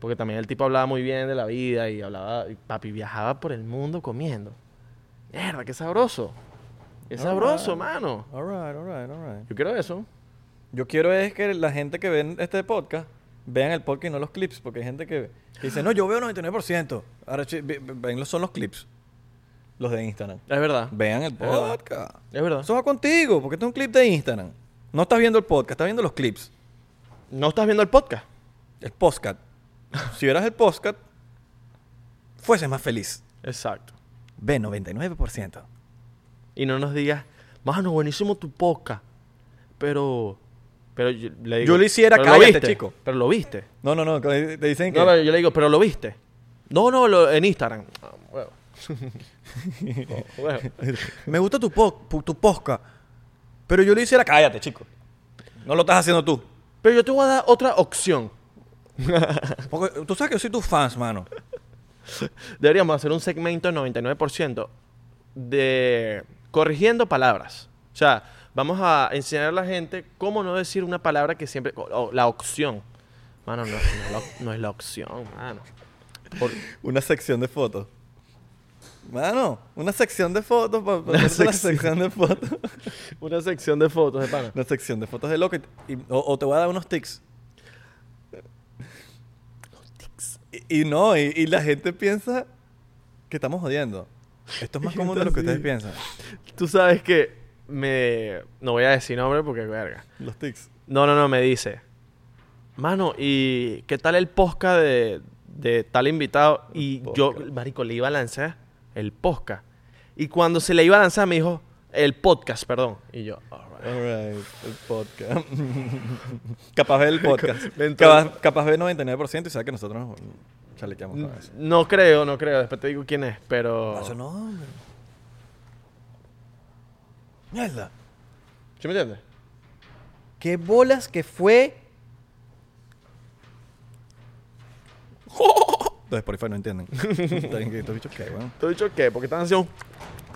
[SPEAKER 1] porque también el tipo hablaba muy bien de la vida y hablaba, y papi viajaba por el mundo comiendo. Mierda, qué sabroso. Qué
[SPEAKER 2] Alright.
[SPEAKER 1] sabroso, mano.
[SPEAKER 2] Alright, alright, alright.
[SPEAKER 1] Yo quiero eso.
[SPEAKER 2] Yo quiero es que la gente que ven este podcast vean el podcast y no los clips, porque hay gente que, que dice, no, yo veo 99%. Ahora chi- ve- ve- ven los son los clips, los de Instagram.
[SPEAKER 1] Es verdad.
[SPEAKER 2] Vean el
[SPEAKER 1] verdad.
[SPEAKER 2] podcast.
[SPEAKER 1] Es verdad.
[SPEAKER 2] Eso va contigo, porque este es un clip de Instagram. No estás viendo el podcast, estás viendo los clips.
[SPEAKER 1] ¿No estás viendo el podcast?
[SPEAKER 2] El podcast. si vieras el podcast, fueses más feliz.
[SPEAKER 1] Exacto.
[SPEAKER 2] Ve 99%.
[SPEAKER 1] y no nos digas, mano, buenísimo tu podcast. Pero. Pero yo le digo.
[SPEAKER 2] Yo lo hiciera,
[SPEAKER 1] "Pero
[SPEAKER 2] cállate,
[SPEAKER 1] viste,
[SPEAKER 2] chico".
[SPEAKER 1] Pero lo viste.
[SPEAKER 2] No, no, no, que te dicen que...
[SPEAKER 1] No, pero yo le digo, pero lo viste. No, no, lo- en Instagram. Ah, huevo.
[SPEAKER 2] [laughs]
[SPEAKER 1] Oh, huevo.
[SPEAKER 2] [laughs] Me gusta tu, po tu posca. Pero yo le hiciera. Cállate, chico. No lo estás haciendo tú.
[SPEAKER 1] Pero yo te voy a dar otra opción.
[SPEAKER 2] Porque tú sabes que yo soy tu fans, mano.
[SPEAKER 1] Deberíamos hacer un segmento 99% de corrigiendo palabras. O sea, vamos a enseñar a la gente cómo no decir una palabra que siempre... o- o la opción. Mano, no, no es la- no es la opción, mano. Por-
[SPEAKER 2] Una sección de fotos. Mano, una sección de fotos. pa- pa-
[SPEAKER 1] Una
[SPEAKER 2] Una
[SPEAKER 1] sección.
[SPEAKER 2] sección, de fotos.
[SPEAKER 1] una sección de fotos de pana.
[SPEAKER 2] [laughs] una sección de fotos de loco. Y, y- o, o te voy a dar unos tics. Y, y no, y, y la gente piensa que estamos jodiendo. Esto es más común de lo que ustedes
[SPEAKER 1] Sí.
[SPEAKER 2] piensan.
[SPEAKER 1] [laughs] Tú sabes que me... No voy a decir nombre porque verga.
[SPEAKER 2] Los tics.
[SPEAKER 1] No, no, no, me dice. Mano, ¿y qué tal el posca de, de tal invitado? Y
[SPEAKER 2] El
[SPEAKER 1] yo,
[SPEAKER 2] podcast.
[SPEAKER 1] marico, le iba a lanzar el posca. Y cuando se le iba a lanzar me dijo, el podcast, perdón. Y yo, "Ah, alright.
[SPEAKER 2] Alright, el podcast. [laughs] capaz ve el podcast.
[SPEAKER 1] Me entró-
[SPEAKER 2] capaz, capaz ve 99% y sabe que nosotros nos chalequeamos con eso.
[SPEAKER 1] Mm. No creo, no creo. Después te digo quién es, pero...
[SPEAKER 2] Eso no, hombre. Mierda.
[SPEAKER 1] ¿Sí me entiendes?
[SPEAKER 2] Qué bolas que fue. Los de Spotify no entienden. [laughs] Está bien que Estos bichos que, weón.
[SPEAKER 1] ¿Te he dicho qué? Porque están haciendo...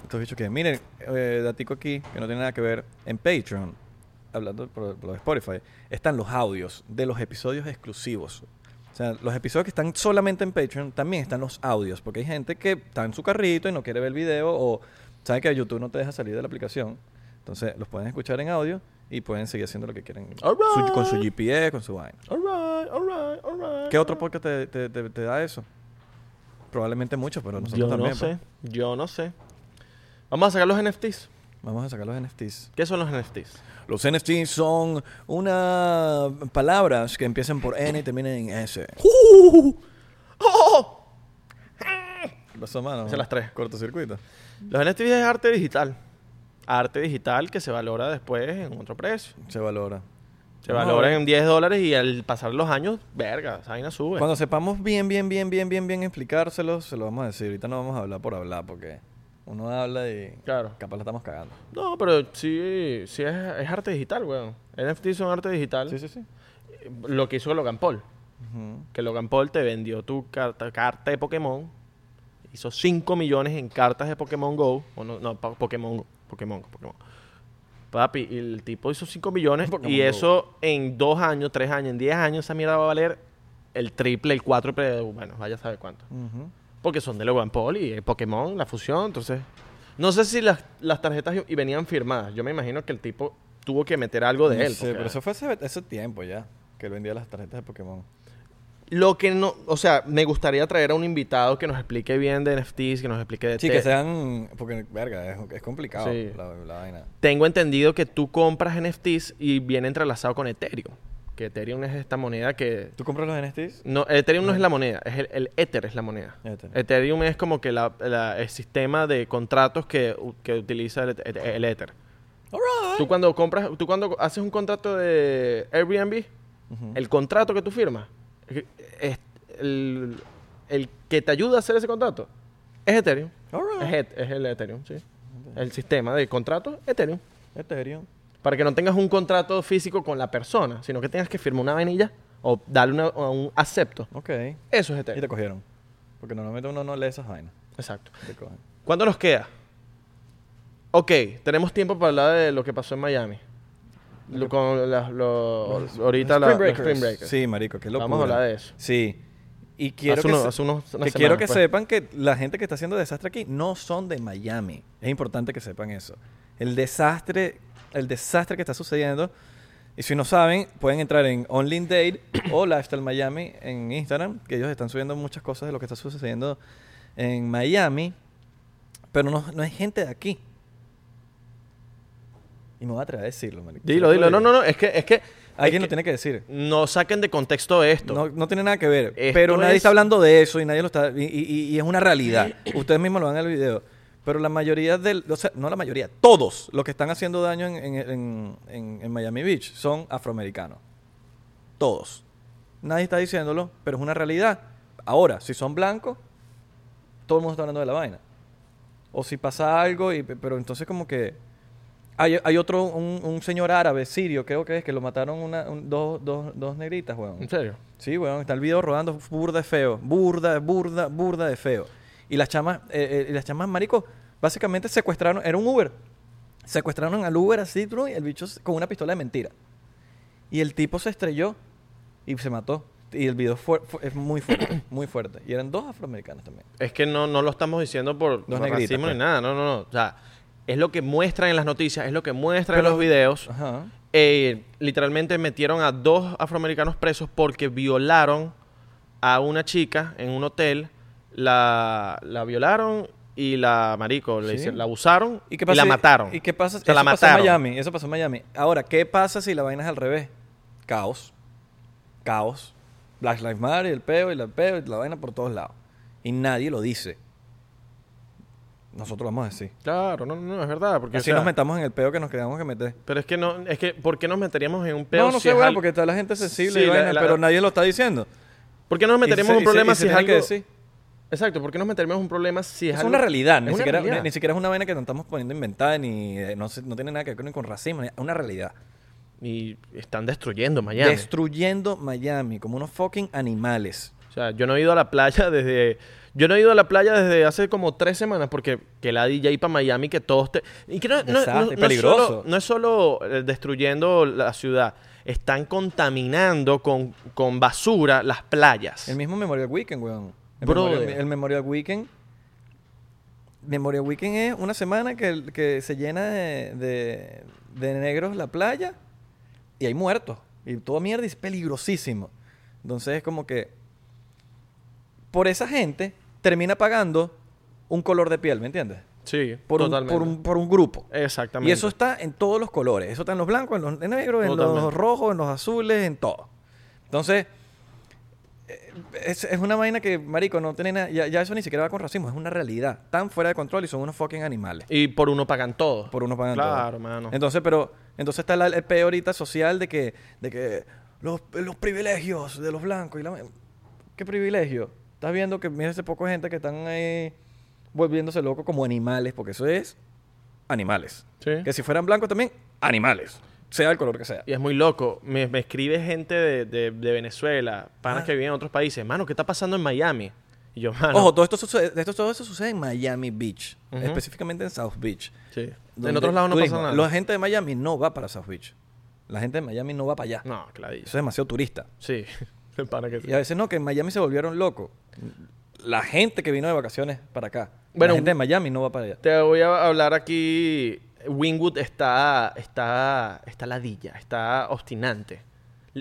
[SPEAKER 2] Estos bichos que. Miren, eh, datico aquí, que no tiene nada que ver. En Patreon, hablando por, por lo de Spotify, están los audios de los episodios exclusivos. O sea, los episodios que están solamente en Patreon también están los audios. Porque hay gente que está en su carrito y no quiere ver el video o sabe que YouTube no te deja salir de la aplicación. Entonces, los pueden escuchar en audio y pueden seguir haciendo lo que quieren.
[SPEAKER 1] Alright.
[SPEAKER 2] Su- con su GPS, con su vaina.
[SPEAKER 1] Alright, alright, alright.
[SPEAKER 2] ¿Qué otro podcast te, te- te- te da eso? Probablemente muchos, pero nosotros
[SPEAKER 1] Yo
[SPEAKER 2] también.
[SPEAKER 1] no sé.
[SPEAKER 2] pues.
[SPEAKER 1] Yo no sé. Vamos a sacar los NFTs.
[SPEAKER 2] Vamos a sacar los NFTs.
[SPEAKER 1] ¿Qué son los NFTs?
[SPEAKER 2] Los NFTs son unas palabras que empiezan por N y terminan en S. ¡Uh!
[SPEAKER 1] ¡Oh!
[SPEAKER 2] Las manos.
[SPEAKER 1] Hice las tres.
[SPEAKER 2] Cortocircuito.
[SPEAKER 1] Los NFTs es arte digital. Arte digital que se valora después en otro precio.
[SPEAKER 2] Se valora.
[SPEAKER 1] Se
[SPEAKER 2] Vamos a
[SPEAKER 1] valora
[SPEAKER 2] ver.
[SPEAKER 1] en 10 dólares y al pasar los años, verga, esa vaina sube.
[SPEAKER 2] Cuando sepamos bien, bien, bien, bien, bien, bien explicárselos, se lo vamos a decir. Ahorita no vamos a hablar por hablar porque uno habla y
[SPEAKER 1] Claro.
[SPEAKER 2] capaz la estamos cagando.
[SPEAKER 1] No, pero sí, sí es, es arte digital, weón. NFTs son arte digital.
[SPEAKER 2] Sí, sí, sí.
[SPEAKER 1] Lo que hizo Logan Paul.
[SPEAKER 2] Ujú.
[SPEAKER 1] Que Logan Paul te vendió tu carta, carta de Pokémon. Hizo 5 millones en cartas de Pokémon Go. O no, no, po- Pokémon Go. Pokémon Go, Pokémon. Papi, y el tipo hizo 5 millones.
[SPEAKER 2] Pokémon
[SPEAKER 1] y
[SPEAKER 2] Go.
[SPEAKER 1] eso en 2 años, 3 años, en 10 años, esa mierda va a valer el triple, el cuádruple. Bueno, vaya a saber cuánto.
[SPEAKER 2] Ujú.
[SPEAKER 1] Porque son de Logan Paul y eh, Pokémon, la fusión, entonces... No sé si las, las tarjetas y- y venían firmadas. Yo me imagino que el tipo tuvo que meter algo de
[SPEAKER 2] No
[SPEAKER 1] él.
[SPEAKER 2] sé,
[SPEAKER 1] porque-
[SPEAKER 2] pero eso fue hace, hace tiempo ya que él vendía las tarjetas de Pokémon.
[SPEAKER 1] Lo que no... O sea, me gustaría traer a un invitado que nos explique bien de NFTs, que nos explique de...
[SPEAKER 2] Sí,
[SPEAKER 1] te-
[SPEAKER 2] que sean. Porque, verga, es, es complicado
[SPEAKER 1] Este Sí.
[SPEAKER 2] la, la vaina.
[SPEAKER 1] Tengo entendido que tú compras NFTs y viene entrelazado con Ethereum. Que Ethereum es esta moneda que...
[SPEAKER 2] ¿Tú compras los NFTs?
[SPEAKER 1] No, Ethereum no es la moneda, es el, el Ether es la moneda.
[SPEAKER 2] Ether.
[SPEAKER 1] Ethereum es como que la- la- el sistema de contratos que, u- que utiliza el- el- el Ether. Tú cuando compras, tú cuando haces un contrato de Airbnb,
[SPEAKER 2] Ujú.
[SPEAKER 1] el contrato que tú firmas, eh, es- el, el que te ayuda a hacer ese contrato es Ethereum.
[SPEAKER 2] Alright.
[SPEAKER 1] Es, et- es el Ethereum, sí. El sistema de contratos Ethereum.
[SPEAKER 2] Ethereum.
[SPEAKER 1] Para que no tengas un contrato físico con la persona, sino que tengas que firmar una vainilla o darle una- o un acepto.
[SPEAKER 2] Ok.
[SPEAKER 1] Eso es
[SPEAKER 2] Y te
[SPEAKER 1] Ethereum.
[SPEAKER 2] cogieron. Porque normalmente uno no lee esas vainas.
[SPEAKER 1] Exacto.
[SPEAKER 2] Te cogen.
[SPEAKER 1] ¿Cuánto nos queda? Ok, tenemos tiempo para hablar de lo que pasó en Miami. Lo- con las- lo- ahorita la,
[SPEAKER 2] Spring
[SPEAKER 1] los
[SPEAKER 2] Breakers.
[SPEAKER 1] Spring Breakers.
[SPEAKER 2] Sí, marico, qué locura.
[SPEAKER 1] Vamos a hablar de eso.
[SPEAKER 2] Sí. Y quiero
[SPEAKER 1] Hace
[SPEAKER 2] que,
[SPEAKER 1] uno-
[SPEAKER 2] se-
[SPEAKER 1] hace unos- unas
[SPEAKER 2] que quiero
[SPEAKER 1] semanas,
[SPEAKER 2] que
[SPEAKER 1] pues.
[SPEAKER 2] sepan que la gente que está haciendo desastre aquí no son de Miami. Es importante que sepan eso. El desastre, el desastre que está sucediendo. Y si no saben, pueden entrar en Only in Date o Lifestyle Miami en Instagram, que ellos están subiendo muchas cosas de lo que está sucediendo en Miami. Pero no, no es gente de aquí. Y me voy a atrever a decirlo, marico.
[SPEAKER 1] Dilo, dilo. No, no, no. Es que, es que.
[SPEAKER 2] Alguien
[SPEAKER 1] es
[SPEAKER 2] lo tiene que decir.
[SPEAKER 1] No saquen de contexto esto.
[SPEAKER 2] No, no tiene nada que ver.
[SPEAKER 1] Esto
[SPEAKER 2] pero nadie
[SPEAKER 1] es-
[SPEAKER 2] está hablando de eso y nadie lo está. Y, y- y es
[SPEAKER 1] [clears throat]
[SPEAKER 2] una realidad. Ustedes mismos lo ven en el video. Pero la mayoría del. O sea, no la mayoría, todos los que están haciendo daño en, en- en- en- en Miami Beach son afroamericanos. Todos. Nadie está diciéndolo, pero es una realidad. Ahora, si son blancos, todo el mundo está hablando de la vaina. O si pasa algo, y, pero entonces como que... Hay, hay otro, un, un señor árabe, sirio, creo que es, que lo mataron una, un- dos, dos, dos negritas, weón.
[SPEAKER 1] En serio.
[SPEAKER 2] Sí, weón, está el video rodando burda de feo. Burda, burda, burda de feo. Y las chamas, eh, eh, y las chamas, marico, básicamente secuestraron, era un Uber. Secuestraron al Uber así, tru, y el bicho s- con una pistola de mentira. Y el tipo se estrelló y se mató. Y el video fue, fue- es muy fuerte, [coughs] muy fuerte. Y eran dos afroamericanos también.
[SPEAKER 1] Es que no, no lo estamos diciendo por, por
[SPEAKER 2] negritas,
[SPEAKER 1] racismo
[SPEAKER 2] pues.
[SPEAKER 1] ni nada. No, no, no. O sea, es lo que muestran en las noticias, es lo que muestran en
[SPEAKER 2] Pero-
[SPEAKER 1] los videos.
[SPEAKER 2] Ajá.
[SPEAKER 1] Eh, literalmente metieron a dos afroamericanos presos porque violaron a una chica en un hotel. La, la violaron y la marico, le
[SPEAKER 2] Sí.
[SPEAKER 1] hicieron- la abusaron y,
[SPEAKER 2] ¿Y qué pasa?
[SPEAKER 1] la
[SPEAKER 2] si-
[SPEAKER 1] mataron.
[SPEAKER 2] ¿Y qué pasa?
[SPEAKER 1] O sea, la
[SPEAKER 2] eso pasó en
[SPEAKER 1] mataron.
[SPEAKER 2] Miami. Eso pasó en Miami. Ahora, ¿qué pasa si la vaina es al revés? Caos. Caos. Black Lives Matter, el peo, y la peo, y la vaina por todos lados. Y nadie lo dice. Nosotros lo vamos a decir.
[SPEAKER 1] Claro, no, no, no, es verdad. Porque, o
[SPEAKER 2] Así
[SPEAKER 1] sea,
[SPEAKER 2] nos metamos en el peo que nos quedamos que meter.
[SPEAKER 1] Pero es que no, es que, ¿por qué nos meteríamos en un pedo
[SPEAKER 2] no, no
[SPEAKER 1] si
[SPEAKER 2] sé,
[SPEAKER 1] es
[SPEAKER 2] weón,
[SPEAKER 1] al-
[SPEAKER 2] porque está la gente sensible
[SPEAKER 1] Sí,
[SPEAKER 2] y
[SPEAKER 1] la-
[SPEAKER 2] vaina,
[SPEAKER 1] la-
[SPEAKER 2] pero nadie lo está diciendo.
[SPEAKER 1] ¿Por qué no nos meteríamos en
[SPEAKER 2] Y se-
[SPEAKER 1] un
[SPEAKER 2] y se-
[SPEAKER 1] problema
[SPEAKER 2] y se
[SPEAKER 1] si es
[SPEAKER 2] tiene que
[SPEAKER 1] algo?
[SPEAKER 2] decir.
[SPEAKER 1] Exacto, ¿por qué nos meteremos en un problema si es
[SPEAKER 2] Es una realidad,
[SPEAKER 1] es
[SPEAKER 2] ni,
[SPEAKER 1] una
[SPEAKER 2] siquiera,
[SPEAKER 1] realidad.
[SPEAKER 2] ni siquiera es una vaina que nos estamos poniendo inventada, ni eh, no, se- no tiene nada que ver con, con racismo, ni- es una realidad.
[SPEAKER 1] Y están destruyendo Miami.
[SPEAKER 2] Destruyendo Miami como unos fucking animales.
[SPEAKER 1] o sea, yo no he ido a la playa [laughs] desde... Yo no he ido a la playa desde hace como tres semanas porque que la DJ para Miami que todos te... Y que no, no- no-
[SPEAKER 2] Desastre,
[SPEAKER 1] no es
[SPEAKER 2] peligroso.
[SPEAKER 1] solo- no es solo eh, destruyendo la ciudad, están contaminando con, con basura las playas.
[SPEAKER 2] El mismo Memorial Weekend, weón. El,
[SPEAKER 1] Brother.
[SPEAKER 2] Memorial, el Memorial Weekend. Memorial Weekend es una semana que, el- que se llena de, de- de negros la playa y hay muertos. Y toda mierda y es peligrosísimo. Entonces es como que por esa gente termina pagando un color de piel, ¿me entiendes?
[SPEAKER 1] Sí,
[SPEAKER 2] Por, un,
[SPEAKER 1] totalmente.
[SPEAKER 2] por, un, por un grupo.
[SPEAKER 1] Exactamente.
[SPEAKER 2] Y eso está en todos los colores. Eso está en los blancos, en los negros, en los
[SPEAKER 1] Totalmente.
[SPEAKER 2] rojos, en los azules, en todo. Entonces, eh, es, es una vaina que, marico, no tiene nada. Ya, ya eso ni siquiera va con racismo. Es una realidad. Tan fuera de control y son unos fucking animales.
[SPEAKER 1] Y por uno pagan todos.
[SPEAKER 2] Por unos pagan
[SPEAKER 1] Claro,
[SPEAKER 2] todo.
[SPEAKER 1] hermano.
[SPEAKER 2] Entonces, pero. Entonces está la- el peor ahorita social de que. De que los, los privilegios de los blancos. Y la, ¿Qué privilegio? Estás viendo que mira ese poco de gente que están ahí volviéndose locos como animales, porque eso es animales.
[SPEAKER 1] Sí.
[SPEAKER 2] Que si fueran blancos también, animales. Sea el color que sea.
[SPEAKER 1] Y es muy loco. Me, me escribe gente de, de- de Venezuela, panas
[SPEAKER 2] Ah.
[SPEAKER 1] que viven en otros países. Mano, ¿qué está pasando en Miami? Y yo, mano.
[SPEAKER 2] Ojo, todo esto, sucede, esto- todo eso sucede en Miami Beach.
[SPEAKER 1] Ah, Ujú.
[SPEAKER 2] Específicamente en South Beach.
[SPEAKER 1] sí. En
[SPEAKER 2] donde
[SPEAKER 1] otros lados no
[SPEAKER 2] turismo.
[SPEAKER 1] pasa nada.
[SPEAKER 2] La gente de Miami no va para South Beach. La gente de Miami no va para allá.
[SPEAKER 1] No, claro.
[SPEAKER 2] Eso es demasiado turista.
[SPEAKER 1] Sí. [laughs] El pana que sí.
[SPEAKER 2] Y a veces no, que en Miami se volvieron locos. La gente que vino de vacaciones para acá.
[SPEAKER 1] Bueno,
[SPEAKER 2] la gente de Miami no va para allá.
[SPEAKER 1] Te voy a hablar aquí. Wingwood está, está, está ladilla, está obstinante.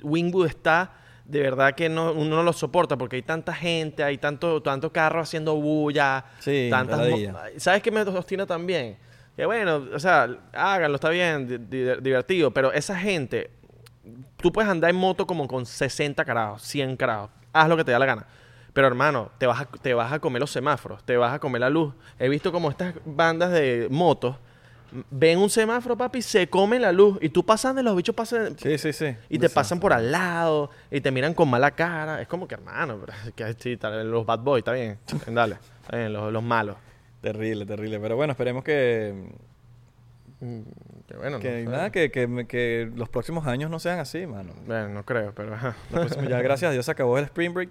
[SPEAKER 1] Wingwood está, de verdad que no, uno no lo soporta porque hay tanta gente, hay tanto, tanto carro haciendo bulla,
[SPEAKER 2] Sí,
[SPEAKER 1] tantas. mo-
[SPEAKER 2] ladilla.
[SPEAKER 1] ¿Sabes qué me obstina también? Que bueno, o sea, háganlo, está bien, di- di- divertido, pero esa gente, tú puedes andar en moto como con 60 carajos, 100 carajos, haz lo que te da la gana. Pero hermano, te vas, a, te vas a comer los semáforos, te vas a comer la luz. He visto como estas bandas de motos m- ven un semáforo, papi, se comen la luz y tú pasan de los bichos pasan
[SPEAKER 2] Sí, sí, sí.
[SPEAKER 1] y te pasan por al lado y te miran con mala cara. Es como que hermano, pero [laughs] es que sí, tal vez los bad boys, está bien, [laughs] dale, está bien, los, los malos.
[SPEAKER 2] Terrible, terrible. Pero bueno, esperemos que.
[SPEAKER 1] Mm, Que bueno,
[SPEAKER 2] Que,
[SPEAKER 1] no, sé.
[SPEAKER 2] nada, que, que, que los próximos años no sean así, mano.
[SPEAKER 1] Bueno, no creo, pero ajá.
[SPEAKER 2] Los próximos- pues, ya gracias a Dios se acabó el Spring Break.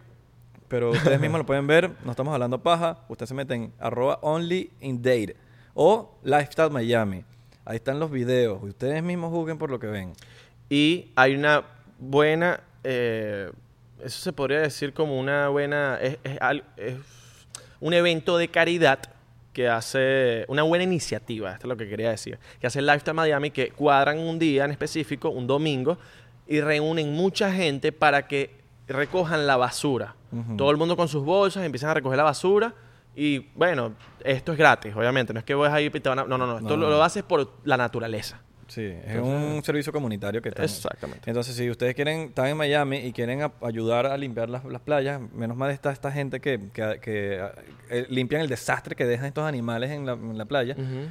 [SPEAKER 2] Pero ustedes mismos lo pueden ver. No estamos hablando paja. Ustedes se meten arroba only in date o lifestyle Miami. Ahí están los videos. Ustedes mismos juzguen por lo que ven.
[SPEAKER 1] Y hay una buena, eh, eso se podría decir como una buena, es, es al- es un evento de caridad que hace, una buena iniciativa, esto es lo que quería decir, que hace Lifetime Miami, que cuadran un día en específico, un domingo, y reúnen mucha gente para que recojan la basura.
[SPEAKER 2] Ujú.
[SPEAKER 1] Todo el mundo con sus bolsas, empiezan a recoger la basura. Y bueno, esto es gratis, obviamente. No es que vayas ahí y te van a- No, no, no. Esto
[SPEAKER 2] No.
[SPEAKER 1] Lo, lo haces por la naturaleza.
[SPEAKER 2] Sí, es un servicio comunitario que están-
[SPEAKER 1] Exactamente.
[SPEAKER 2] Entonces, si ustedes quieren, están en Miami y quieren ap- ayudar a limpiar las, las playas, menos mal está esta gente que, que- que, eh, limpian el desastre que dejan estos animales en la, en la playa.
[SPEAKER 1] Ujú.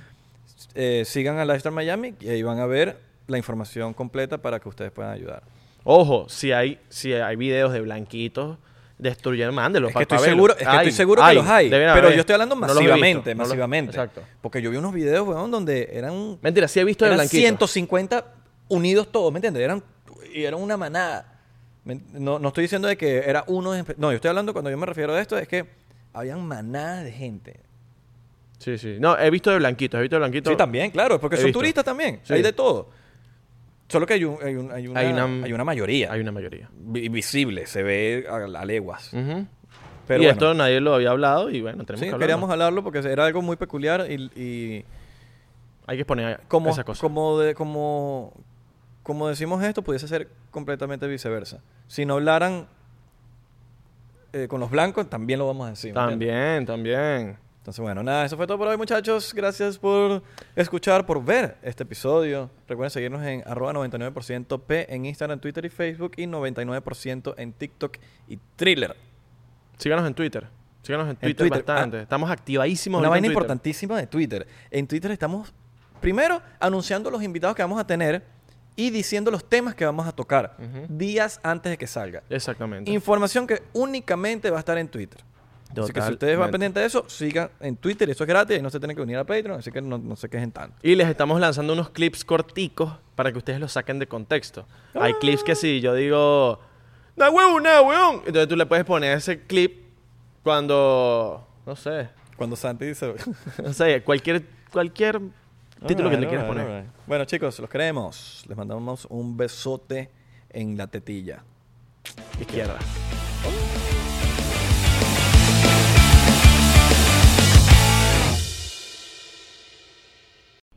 [SPEAKER 2] Eh, sigan a Lifestyle Miami y ahí van a ver la información completa para que ustedes puedan ayudar.
[SPEAKER 1] Ojo, si hay, si hay videos de blanquitos destruyendo, mándelos.
[SPEAKER 2] Es
[SPEAKER 1] pa-
[SPEAKER 2] que estoy
[SPEAKER 1] pa' verlos.
[SPEAKER 2] seguro, es que
[SPEAKER 1] Hay,
[SPEAKER 2] estoy seguro que los hay.
[SPEAKER 1] deben
[SPEAKER 2] Pero
[SPEAKER 1] haber.
[SPEAKER 2] yo estoy hablando
[SPEAKER 1] No los he visto,
[SPEAKER 2] masivamente,
[SPEAKER 1] no los-
[SPEAKER 2] masivamente.
[SPEAKER 1] exacto.
[SPEAKER 2] Porque yo vi unos videos, weón, donde eran,
[SPEAKER 1] Mentira, sí he visto de
[SPEAKER 2] eran
[SPEAKER 1] blanquitos.
[SPEAKER 2] 150 unidos todos, ¿me entiendes? Eran, y eran una manada. Me- No, no estoy diciendo de que era uno... en espe- No, yo estoy hablando, cuando yo me refiero a esto, es que habían manadas de gente.
[SPEAKER 1] Sí, sí. No, he visto de blanquitos, he visto de blanquitos.
[SPEAKER 2] Sí, también, claro, porque
[SPEAKER 1] He
[SPEAKER 2] son
[SPEAKER 1] visto.
[SPEAKER 2] turistas también.
[SPEAKER 1] Sí.
[SPEAKER 2] Hay de todo. Solo que hay, un- hay un- hay una,
[SPEAKER 1] Hay
[SPEAKER 2] hay
[SPEAKER 1] una-
[SPEAKER 2] una, mayoría.
[SPEAKER 1] Hay una mayoría.
[SPEAKER 2] vi- visible, se ve a, a leguas.
[SPEAKER 1] Ujú.
[SPEAKER 2] Pero
[SPEAKER 1] y
[SPEAKER 2] bueno.
[SPEAKER 1] esto nadie lo había hablado y bueno, tenemos
[SPEAKER 2] Sí,
[SPEAKER 1] que hablarlo.
[SPEAKER 2] queríamos hablarlo porque era algo muy peculiar y, y
[SPEAKER 1] Hay que poner
[SPEAKER 2] como,
[SPEAKER 1] esa cosa.
[SPEAKER 2] como, de- como, como decimos esto, pudiese ser completamente viceversa. Si no hablaran eh, con los blancos, también lo vamos a decir. ¿me entiendes?
[SPEAKER 1] También, también.
[SPEAKER 2] Entonces, bueno, nada, eso fue todo por hoy, muchachos. Gracias por escuchar, por ver este episodio. Recuerden seguirnos en arroba 99% P en Instagram, Twitter y Facebook y 99% en TikTok y Thriller.
[SPEAKER 1] Síganos en Twitter. Síganos en Twitter,
[SPEAKER 2] Twitter,
[SPEAKER 1] bastante.
[SPEAKER 2] ah.
[SPEAKER 1] Estamos activadísimos.
[SPEAKER 2] Una
[SPEAKER 1] ahorita en
[SPEAKER 2] vaina
[SPEAKER 1] Twitter.
[SPEAKER 2] importantísima de Twitter. En Twitter estamos, primero, anunciando los invitados que vamos a tener y diciendo los temas que vamos a tocar
[SPEAKER 1] Ujú.
[SPEAKER 2] días antes de que salga.
[SPEAKER 1] Exactamente.
[SPEAKER 2] Información que únicamente va a estar en Twitter. Así que si ustedes van pendientes de eso, sigan en Twitter, eso es gratis, y no se tienen que unir a Patreon, así que no, no se quejen tanto.
[SPEAKER 1] Y les estamos lanzando unos clips corticos para que ustedes los saquen de contexto.
[SPEAKER 2] Ah.
[SPEAKER 1] Hay clips que si yo digo, ¡No, huevón, no, huevón! Entonces tú le puedes poner ese clip cuando, no sé, [laughs]
[SPEAKER 2] Cuando Santi [laughs] dice...
[SPEAKER 1] no sé, cualquier, cualquier título que
[SPEAKER 2] Alright,
[SPEAKER 1] le quieras
[SPEAKER 2] alright,
[SPEAKER 1] poner.
[SPEAKER 2] alright. Bueno, chicos, los queremos. Les mandamos un besote en la tetilla.
[SPEAKER 1] Izquierda.